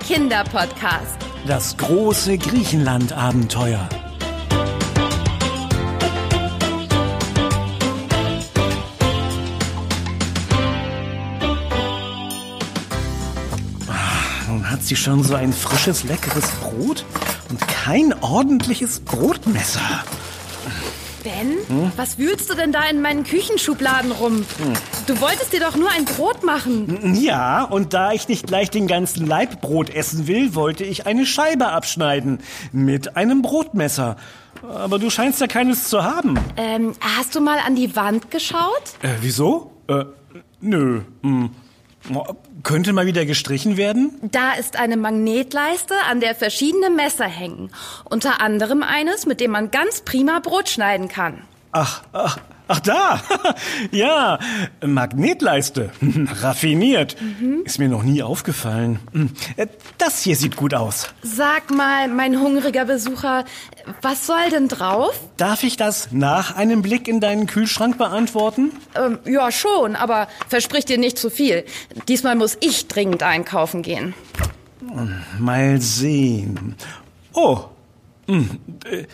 Kinderpodcast. Das große Griechenland-Abenteuer. Ah, Nun hat sie schon so ein frisches, leckeres Brot und kein ordentliches Brotmesser. Ben, was wühlst du denn da in meinen Küchenschubladen rum? Du wolltest dir doch nur ein Brot Hm? machen. Ja, und da ich nicht gleich den ganzen Laib Brot essen will, wollte ich eine Scheibe abschneiden. Mit einem Brotmesser. Aber du scheinst ja keines zu haben. Ähm, hast du mal an die Wand geschaut? Äh, wieso? Äh, nö. Hm. Könnte mal wieder gestrichen werden? Da ist eine Magnetleiste, an der verschiedene Messer hängen. Unter anderem eines, mit dem man ganz prima Brot schneiden kann. Ach, ach, ach da. ja, Magnetleiste. Raffiniert. Ist mir noch nie aufgefallen. Hm. Äh, Das hier sieht gut aus. Sag mal, mein hungriger Besucher, was soll denn drauf? Darf ich das nach einem Blick in deinen Kühlschrank beantworten? Ähm, ja, schon, aber versprich dir nicht zu viel. Diesmal muss ich dringend einkaufen gehen. Mal sehen. Oh. Hm, äh,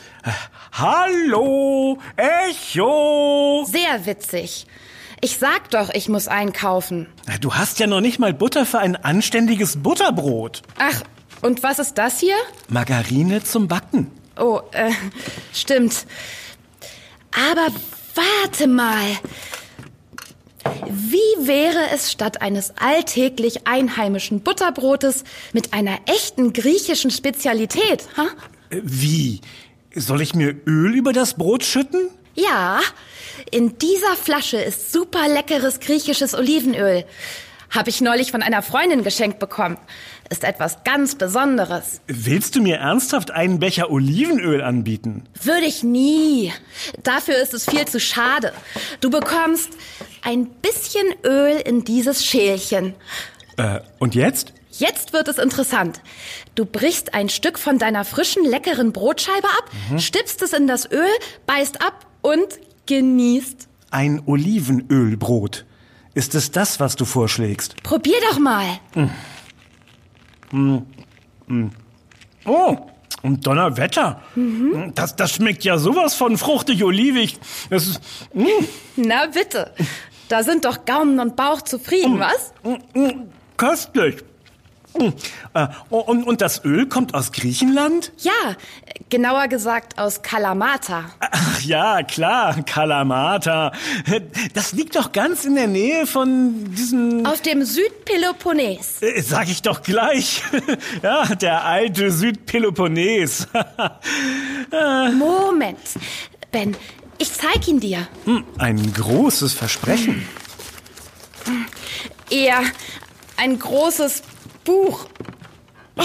Hallo, Echo. Sehr witzig. Ich sag doch, ich muss einkaufen. Du hast ja noch nicht mal Butter für ein anständiges Butterbrot. Ach, und was ist das hier? Margarine zum Backen. Oh, äh, stimmt. Aber warte mal. Wie wäre es statt eines alltäglich einheimischen Butterbrotes mit einer echten griechischen Spezialität? Ha? Äh, Wie? Soll ich mir Öl über das Brot schütten? Ja, in dieser Flasche ist super leckeres griechisches Olivenöl. Habe ich neulich von einer Freundin geschenkt bekommen. Ist etwas ganz Besonderes. Willst du mir ernsthaft einen Becher Olivenöl anbieten? Würde ich nie. Dafür ist es viel zu schade. Du bekommst ein bisschen Öl in dieses Schälchen. Äh, und jetzt? Jetzt wird es interessant. Du brichst ein Stück von deiner frischen, leckeren Brotscheibe ab, stippst es in das Öl, beißt ab und genießt. Ein Olivenölbrot. Ist es das, was du vorschlägst? Probier doch mal. Oh, und Donnerwetter. Das, das schmeckt ja sowas von fruchtig olivig. Das ist, Na bitte. Da sind doch Gaumen und Bauch zufrieden, was? köstlich. Mm. Äh, Und, und das Öl kommt aus Griechenland? Ja, genauer gesagt aus Kalamata. Ach ja, klar, Kalamata. Das liegt doch ganz in der Nähe von diesem, Auf dem Südpeloponnes. äh, sag ich doch gleich, ja, der alte Südpeloponnes. Moment. Ben, ich zeig ihn dir. Hm, Ein großes Versprechen. Eher ein großes Buch. Oh,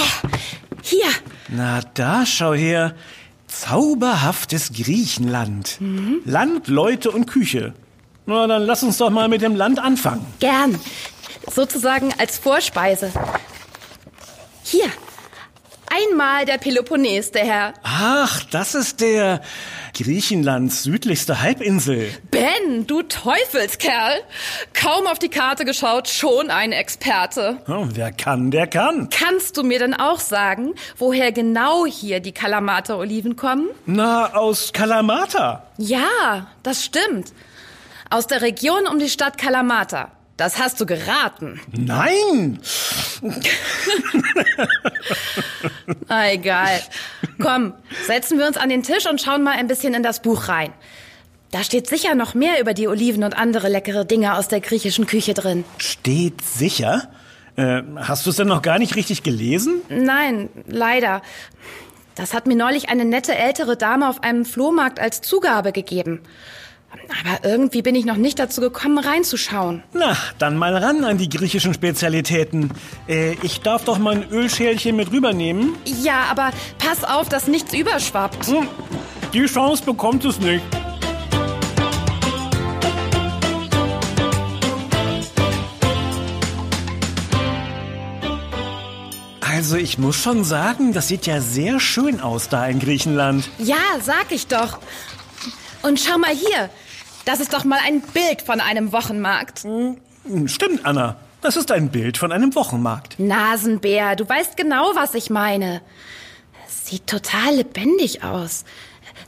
hier, Na, da schau her. Zauberhaftes Griechenland. Land, Leute und Küche. Na, dann lass uns doch mal mit dem Land anfangen. gern. Sozusagen als Vorspeise. Hier. Einmal der Peloponnes, der Herr. Ach, das ist der Griechenlands südlichste Halbinsel. Ben, du Teufelskerl. Kaum auf die Karte geschaut, schon ein Experte. Hm, wer kann, der kann. Kannst du mir denn auch sagen, woher genau hier die Kalamata-Oliven kommen? Na, aus Kalamata. Ja, das stimmt. Aus der Region um die Stadt Kalamata. Das hast du geraten. Nein! Na, egal. Komm, setzen wir uns an den Tisch und schauen mal ein bisschen in das Buch rein. Da steht sicher noch mehr über die Oliven und andere leckere Dinge aus der griechischen Küche drin. Steht sicher? Äh, hast du es denn noch gar nicht richtig gelesen? Nein, leider. Das hat mir neulich eine nette ältere Dame auf einem Flohmarkt als Zugabe gegeben. Aber irgendwie bin ich noch nicht dazu gekommen, reinzuschauen. Na, dann mal ran an die griechischen Spezialitäten. Äh, ich darf doch mein Ölschälchen mit rübernehmen. Ja, aber pass auf, dass nichts überschwappt. Hm, Die Chance bekommt es nicht. Also ich muss schon sagen, das sieht ja sehr schön aus da in Griechenland. Ja, sag ich doch. Und schau mal hier. Das ist doch mal ein Bild von einem Wochenmarkt. Hm, Stimmt, Anna. Das ist ein Bild von einem Wochenmarkt. Nasenbär, du weißt genau, was ich meine. Sieht total lebendig aus.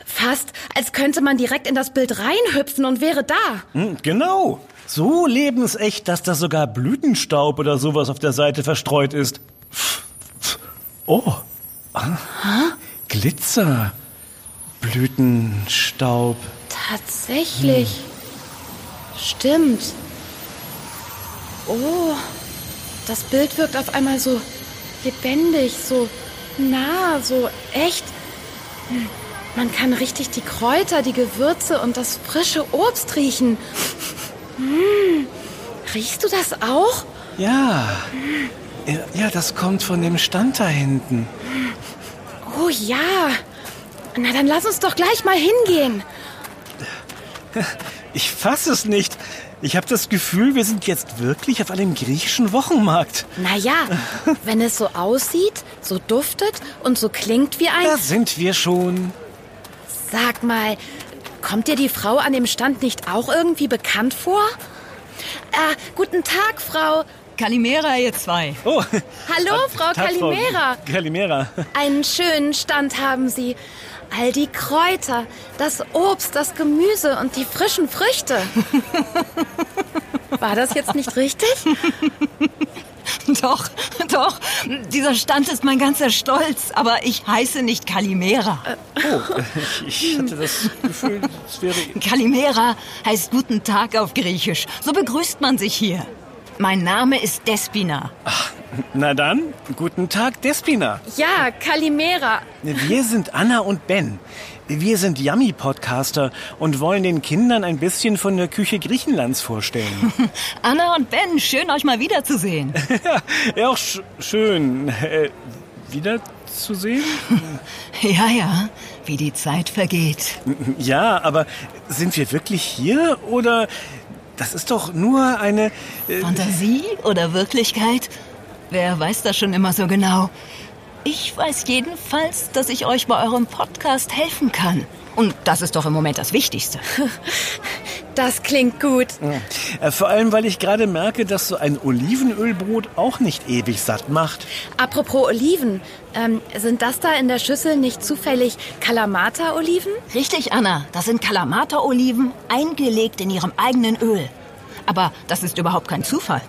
Fast, als könnte man direkt in das Bild reinhüpfen und wäre da. Hm, Genau. So lebensecht, dass da sogar Blütenstaub oder sowas auf der Seite verstreut ist. Oh. Ah. Glitzer. Blütenstaub. Tatsächlich. Stimmt. Oh, das Bild wirkt auf einmal so lebendig, so nah, so echt. Hm, Man kann richtig die Kräuter, die Gewürze und das frische Obst riechen. Hm, Riechst du das auch? Ja. Ja, das kommt von dem Stand da hinten. Oh ja. Na dann lass uns doch gleich mal hingehen. Ich fasse es nicht. Ich habe das Gefühl, wir sind jetzt wirklich auf einem griechischen Wochenmarkt. Naja, wenn es so aussieht, so duftet und so klingt wie ein... Da sind wir schon. Sag mal, kommt dir die Frau an dem Stand nicht auch irgendwie bekannt vor? Äh, guten Tag, Frau. Kalimera, ihr zwei. Oh. Hallo, Frau Tag, Kalimera. Kalimera. Einen schönen Stand haben Sie. All die Kräuter, das Obst, das Gemüse und die frischen Früchte. War das jetzt nicht richtig? Doch, doch. Dieser Stand ist mein ganzer Stolz, aber ich heiße nicht Kalimera. Ich hatte das Gefühl, es wäre Kalimera heißt guten Tag auf Griechisch. So begrüßt man sich hier. Mein Name ist Despina. Na dann, guten Tag, Despina. Ja, Kalimera. Wir sind Anna und Ben. Wir sind Yummy-Podcaster und wollen den Kindern ein bisschen von der Küche Griechenlands vorstellen. Anna und Ben, schön euch mal wiederzusehen. ja, auch sch schön. Äh, wiederzusehen? Ja, ja, wie die Zeit vergeht. Ja, aber sind wir wirklich hier oder... Das ist doch nur eine... Äh, Fantasie oder Wirklichkeit? Wer weiß das schon immer so genau? Ich weiß jedenfalls, dass ich euch bei eurem Podcast helfen kann. Und das ist doch im Moment das Wichtigste. Das klingt gut. äh, vor allem, weil ich gerade merke, dass so ein Olivenölbrot auch nicht ewig satt macht. Apropos Oliven. Ähm, sind das da in der Schüssel nicht zufällig Kalamata-Oliven? Richtig, Anna. Das sind Kalamata-Oliven, eingelegt in ihrem eigenen Öl. Aber das ist überhaupt kein Zufall.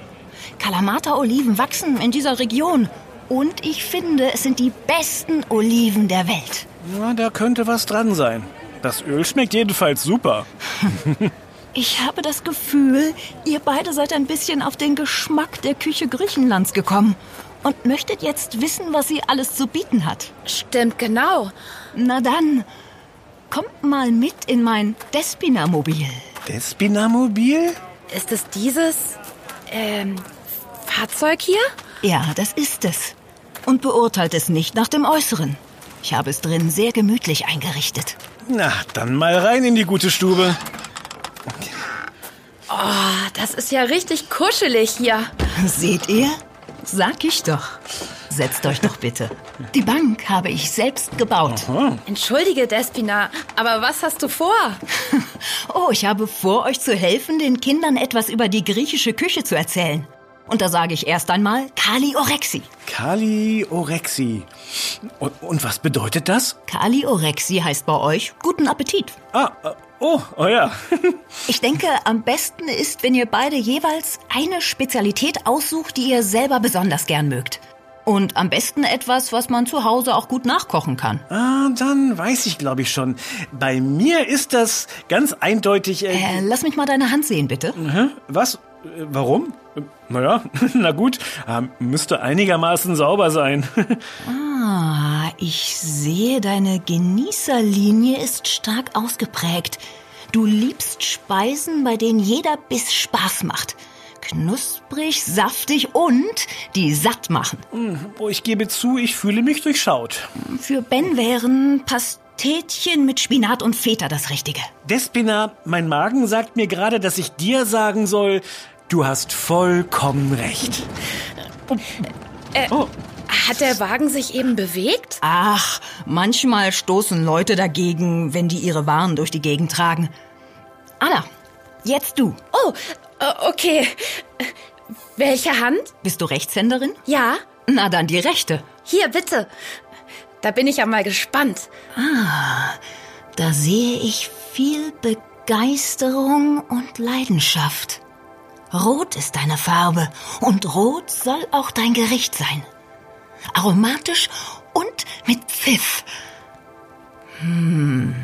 Kalamata-Oliven wachsen in dieser Region. Und ich finde, es sind die besten Oliven der Welt. Na, da könnte was dran sein. Das Öl schmeckt jedenfalls super. Ich habe das Gefühl, ihr beide seid ein bisschen auf den Geschmack der Küche Griechenlands gekommen und möchtet jetzt wissen, was sie alles zu bieten hat. Stimmt genau. Na dann, kommt mal mit in mein Despina-Mobil. Despina-Mobil? Ist es dieses ähm, Fahrzeug hier? Ja, das ist es. Und beurteilt es nicht nach dem Äußeren. Ich habe es drin sehr gemütlich eingerichtet. Na, dann mal rein in die gute Stube. Ah, das ist ja richtig kuschelig hier. Seht ihr? Sag ich doch. Setzt euch doch bitte. Die Bank habe ich selbst gebaut. Hm, Entschuldige, Despina, aber was hast du vor? Oh, ich habe vor, euch zu helfen, den Kindern etwas über die griechische Küche zu erzählen. Und da sage ich erst einmal Kalliorexi. Kalliorexi. Und, und was bedeutet das? Kalliorexi heißt bei euch guten Appetit. Ah, äh, oh, oh ja. Ich denke, am besten ist, wenn ihr beide jeweils eine Spezialität aussucht, die ihr selber besonders gern mögt. Und am besten etwas, was man zu Hause auch gut nachkochen kann. ah, dann weiß ich, glaube ich, schon. Bei mir ist das ganz eindeutig... Äh, Äh, lass mich mal deine Hand sehen, bitte. hä? Was? Äh, Warum? Äh, Naja, na gut, äh, müsste einigermaßen sauber sein. Ah, ich sehe, deine Genießerlinie ist stark ausgeprägt. Du liebst Speisen, bei denen jeder Biss Spaß macht. Knusprig, saftig und die satt machen. Oh, ich gebe zu, ich fühle mich durchschaut. Für Ben wären Pastetchen mit Spinat und Feta das Richtige. Despina, mein Magen sagt mir gerade, dass ich dir sagen soll, du hast vollkommen recht. Hat der Wagen sich eben bewegt? Ach, manchmal stoßen Leute dagegen, wenn die ihre Waren durch die Gegend tragen. Anna, jetzt du. Oh, äh, okay. Welche Hand? Bist du Rechtshänderin? Ja. Na dann die rechte. Hier, bitte. Da bin ich ja mal gespannt. Da sehe ich viel Begeisterung und Leidenschaft. Rot ist deine Farbe und rot soll auch dein Gericht sein. Aromatisch und mit Pfiff. Hm.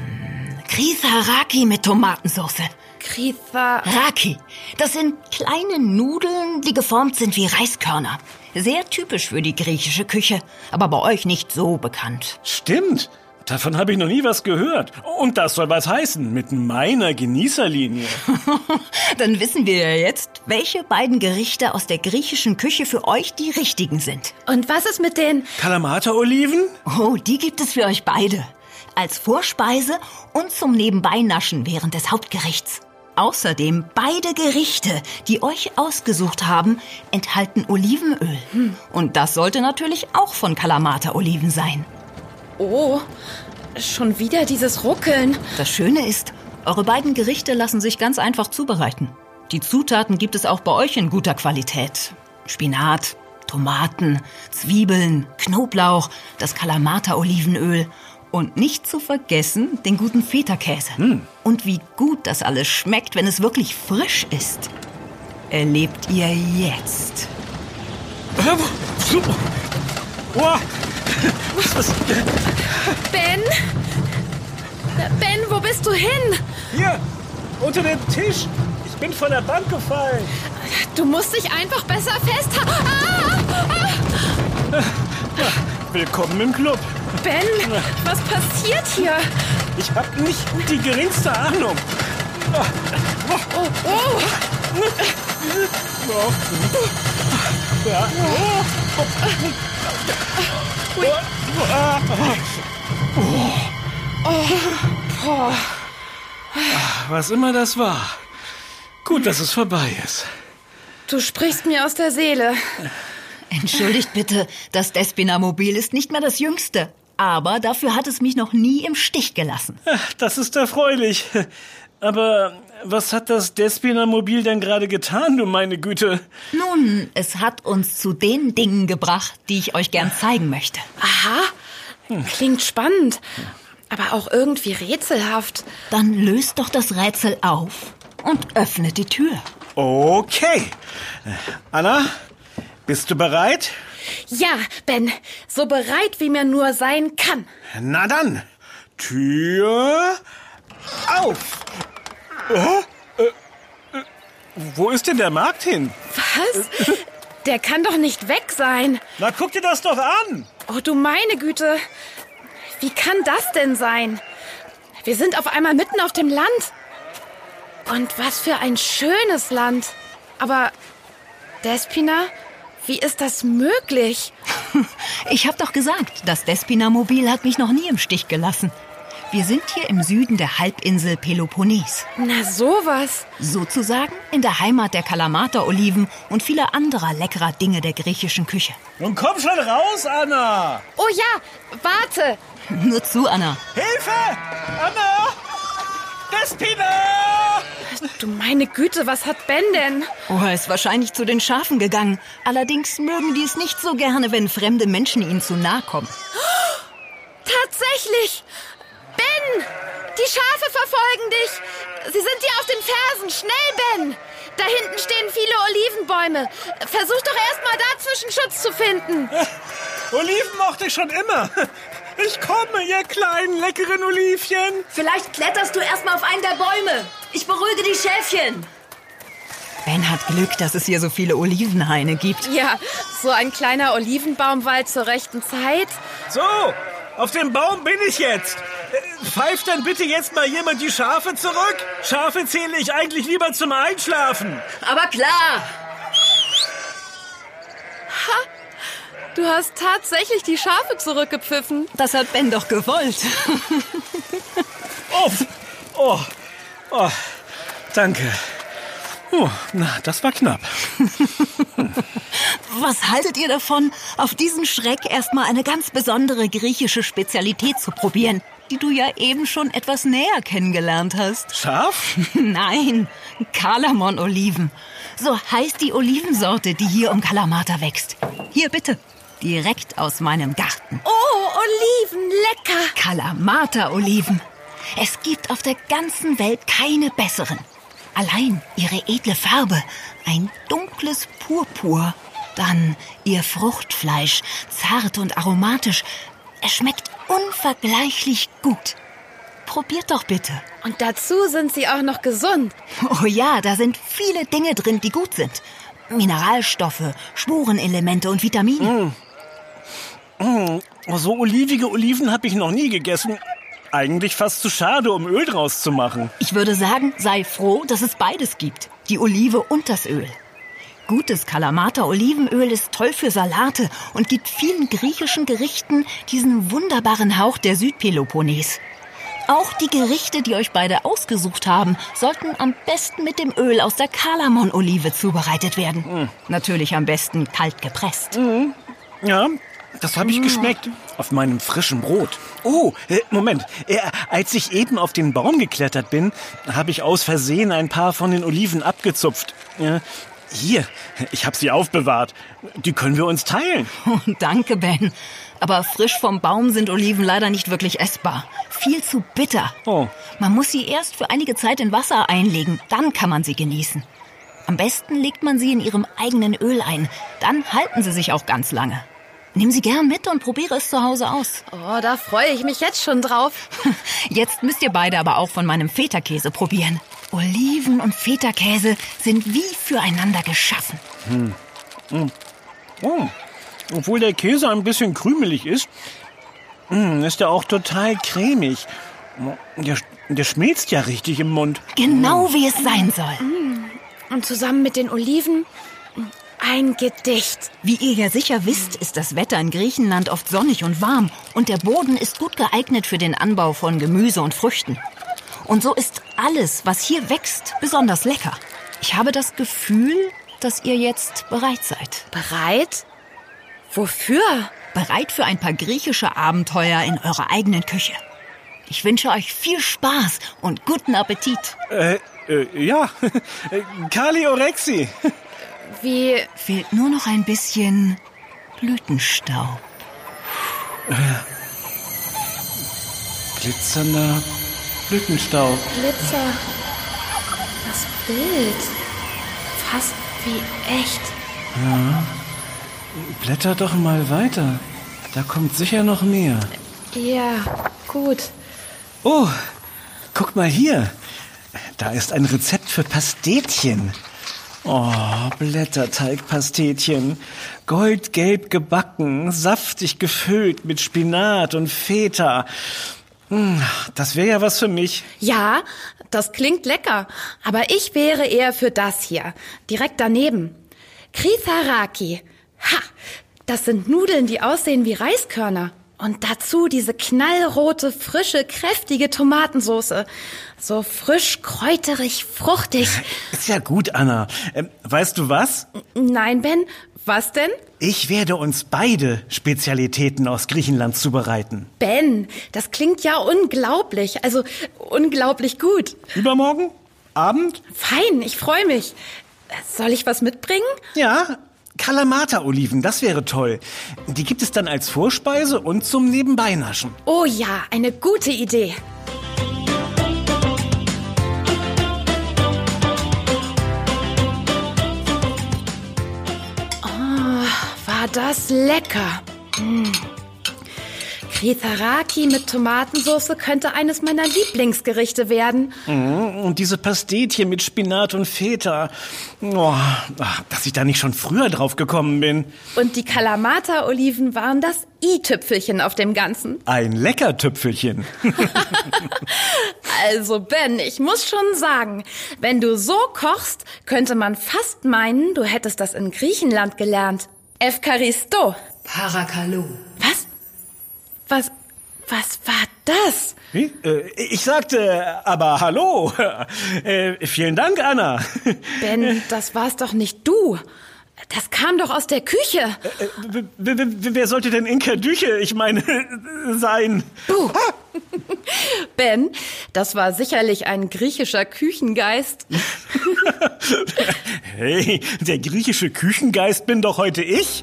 Krisaraki mit Tomatensauce. Kritha. Raki, das sind kleine Nudeln, die geformt sind wie Reiskörner. Sehr typisch für die griechische Küche, aber bei euch nicht so bekannt. Stimmt. Davon habe ich noch nie was gehört. Und das soll was heißen mit meiner Genießerlinie. Dann wissen wir ja jetzt, welche beiden Gerichte aus der griechischen Küche für euch die richtigen sind. Und was ist mit den... Kalamata-Oliven? Oh, die gibt es für euch beide. Als Vorspeise und zum Nebenbeinaschen während des Hauptgerichts. Außerdem beide Gerichte, die euch ausgesucht haben, enthalten Olivenöl. Und das sollte natürlich auch von Kalamata-Oliven sein. Oh, schon wieder dieses Ruckeln. Das Schöne ist, eure beiden Gerichte lassen sich ganz einfach zubereiten. Die Zutaten gibt es auch bei euch in guter Qualität. Spinat, Tomaten, Zwiebeln, Knoblauch, das Kalamata-Olivenöl und nicht zu vergessen den guten Feta-Käse. Und wie gut das alles schmeckt, wenn es wirklich frisch ist, erlebt ihr jetzt. Äh, Boah. Was ist Ben? Ben, wo bist du hin? hier? Unter dem Tisch. Ich bin von der Bank gefallen. Du musst dich einfach besser festhalten. Ah, Willkommen im Club. ah, ben, was passiert hier? Ich habe nicht die geringste Ahnung. Oh, oh, Was immer das war. Gut, dass es vorbei ist. du sprichst mir aus der Seele. Entschuldigt bitte, das Despina-Mobil ist nicht mehr das jüngste. Aber dafür hat es mich noch nie im Stich gelassen. Das ist erfreulich. Aber was hat das Despina-Mobil denn gerade getan, du meine Güte? Nun, es hat uns zu den Dingen gebracht, die ich euch gern zeigen möchte. Aha, klingt spannend, aber auch irgendwie rätselhaft. Dann löst doch das Rätsel auf und öffnet die Tür. Okay. Anna, bist du bereit? Ja, Ben, so bereit wie mir nur sein kann. Na dann, Tür auf. Hä? Äh, äh, Wo ist denn der Markt hin? Was? Der kann doch nicht weg sein. Na, guck dir das doch an. Oh, du meine Güte. Wie kann das denn sein? Wir sind auf einmal mitten auf dem Land. Und was für ein schönes Land. Aber, Despina, wie ist das möglich? Ich hab doch gesagt, das Despina-Mobil hat mich noch nie im Stich gelassen. Wir sind hier im Süden der Halbinsel Peloponnes. Na, sowas. Sozusagen in der Heimat der Kalamata-Oliven und vieler anderer leckerer Dinge der griechischen Küche. Nun komm schon raus, Anna. Oh ja, warte. Nur zu, Anna. Hilfe! Anna! Despina! Du meine Güte, was hat Ben denn? Oh, er ist wahrscheinlich zu den Schafen gegangen. Allerdings mögen die es nicht so gerne, wenn fremde Menschen ihnen zu nahe kommen. Tatsächlich! Ben! Die Schafe verfolgen dich! Sie sind dir auf den Fersen! Schnell, Ben! Da hinten stehen viele Olivenbäume. Versuch doch erstmal dazwischen Schutz zu finden. Oliven mochte ich schon immer. Ich komme, ihr kleinen leckeren Olivchen. Vielleicht kletterst du erstmal auf einen der Bäume. Ich beruhige die Schäfchen. Ben hat Glück, dass es hier so viele Olivenhaine gibt. Ja, so ein kleiner Olivenbaumwald zur rechten Zeit. So, auf dem Baum bin ich jetzt. Äh, Pfeift dann bitte jetzt mal jemand die Schafe zurück? Schafe zähle ich eigentlich lieber zum Einschlafen. Aber klar, Du hast tatsächlich die Schafe zurückgepfiffen. Das hat Ben doch gewollt. Oh, oh, oh danke. Oh, na, das war knapp. Was haltet ihr davon, auf diesen Schreck erstmal eine ganz besondere griechische Spezialität zu probieren? die du ja eben schon etwas näher kennengelernt hast. Scharf? Nein, Kalamon-Oliven. So heißt die Olivensorte, die hier um Kalamata wächst. Hier bitte, direkt aus meinem Garten. Oh, Oliven, lecker. Kalamata-Oliven. Es gibt auf der ganzen Welt keine besseren. Allein ihre edle Farbe, ein dunkles Purpur. Dann ihr Fruchtfleisch, zart und aromatisch. Es schmeckt unvergleichlich gut. Probiert doch bitte. Und dazu sind sie auch noch gesund. Oh ja, da sind viele Dinge drin, die gut sind. Mineralstoffe, Spurenelemente und Vitamine. Oh, So olivige Oliven habe ich noch nie gegessen. Eigentlich fast zu schade, um Öl draus zu machen. Ich würde sagen, sei froh, dass es beides gibt. Die Olive und das Öl. Gutes Kalamata Olivenöl ist toll für Salate und gibt vielen griechischen Gerichten diesen wunderbaren Hauch der Südpeloponnes. Auch die Gerichte, die euch beide ausgesucht haben, sollten am besten mit dem Öl aus der Kalamon-Olive zubereitet werden. Natürlich am besten kalt gepresst. Ja, das habe ich geschmeckt. Auf meinem frischen Brot. Oh, äh, Moment. Äh, als ich eben auf den Baum geklettert bin, habe ich aus Versehen ein paar von den Oliven abgezupft. Ja, hier, ich habe sie aufbewahrt. Die können wir uns teilen. Danke, Ben. Aber frisch vom Baum sind Oliven leider nicht wirklich essbar. Viel zu bitter. Oh. Man muss sie erst für einige Zeit in Wasser einlegen, dann kann man sie genießen. Am besten legt man sie in ihrem eigenen Öl ein. Dann halten sie sich auch ganz lange. Nimm sie gern mit und probiere es zu Hause aus. Oh, da freue ich mich jetzt schon drauf. Jetzt müsst ihr beide aber auch von meinem Feta-Käse probieren. Oliven und Feta-Käse sind wie füreinander geschaffen. Oh, obwohl der Käse ein bisschen krümelig ist, mm, ist er auch total cremig. Der, der schmilzt ja richtig im Mund. Genau wie es sein soll. Und zusammen mit den Oliven ein Gedicht. Wie ihr ja sicher wisst, ist das Wetter in Griechenland oft sonnig und warm und der Boden ist gut geeignet für den Anbau von Gemüse und Früchten. Und so ist alles, was hier wächst, besonders lecker. Ich habe das Gefühl, dass ihr jetzt bereit seid. Bereit? Wofür? Bereit für ein paar griechische Abenteuer in eurer eigenen Küche. Ich wünsche euch viel Spaß und guten Appetit. Äh, äh ja, Kali Orexi. Wie Fehlt nur noch ein bisschen Blütenstaub. Glitzernder Blütenstaub. Glitzer. Das Bild. Fast wie echt. Blätter doch mal weiter. Da kommt sicher noch mehr. Ja, gut. Oh, guck mal hier. Da ist ein Rezept für Pastetchen. Oh, Blätterteigpastetchen. Goldgelb gebacken, saftig gefüllt mit Spinat und Feta. Hm, Das wäre ja was für mich. Ja, das klingt lecker. Aber ich wäre eher für das hier. Direkt daneben. Kritharaki. Ha! Das sind Nudeln, die aussehen wie Reiskörner. Und dazu diese knallrote, frische, kräftige Tomatensoße. So frisch, kräuterig, fruchtig. Ist ja gut, Anna. Ähm, weißt du was? Nein, Ben, was denn? Ich werde uns beide Spezialitäten aus Griechenland zubereiten. Ben, das klingt ja unglaublich. Also unglaublich gut. Übermorgen? Abend? Fein, ich freue mich. Soll ich was mitbringen? Ja, Kalamata-Oliven, das wäre toll. Die gibt es dann als Vorspeise und zum Nebenbeinaschen. Oh ja, eine gute Idee. Oh, war das lecker. Mm. Kritharaki mit Tomatensauce könnte eines meiner Lieblingsgerichte werden. Und diese Pastetchen mit Spinat und Feta. Oh, ach, dass ich da nicht schon früher drauf gekommen bin. Und die Kalamata-Oliven waren das i-Tüpfelchen auf dem Ganzen. Ein Leckertüpfelchen. Also Ben, ich muss schon sagen, wenn du so kochst, könnte man fast meinen, du hättest das in Griechenland gelernt. Efkaristo. Parakalo. Was? Was? Was war das? Wie? Äh, Ich sagte, aber hallo. Äh, Vielen Dank, Anna. Äh, Ben, das war's doch nicht du. Das kam doch aus der Küche. Äh, w- w- w- Wer sollte denn Inka Düche, ich meine, sein? Buh. Ah, Ben, das war sicherlich ein griechischer Küchengeist. Hey, der griechische Küchengeist bin doch heute ich.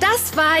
Das war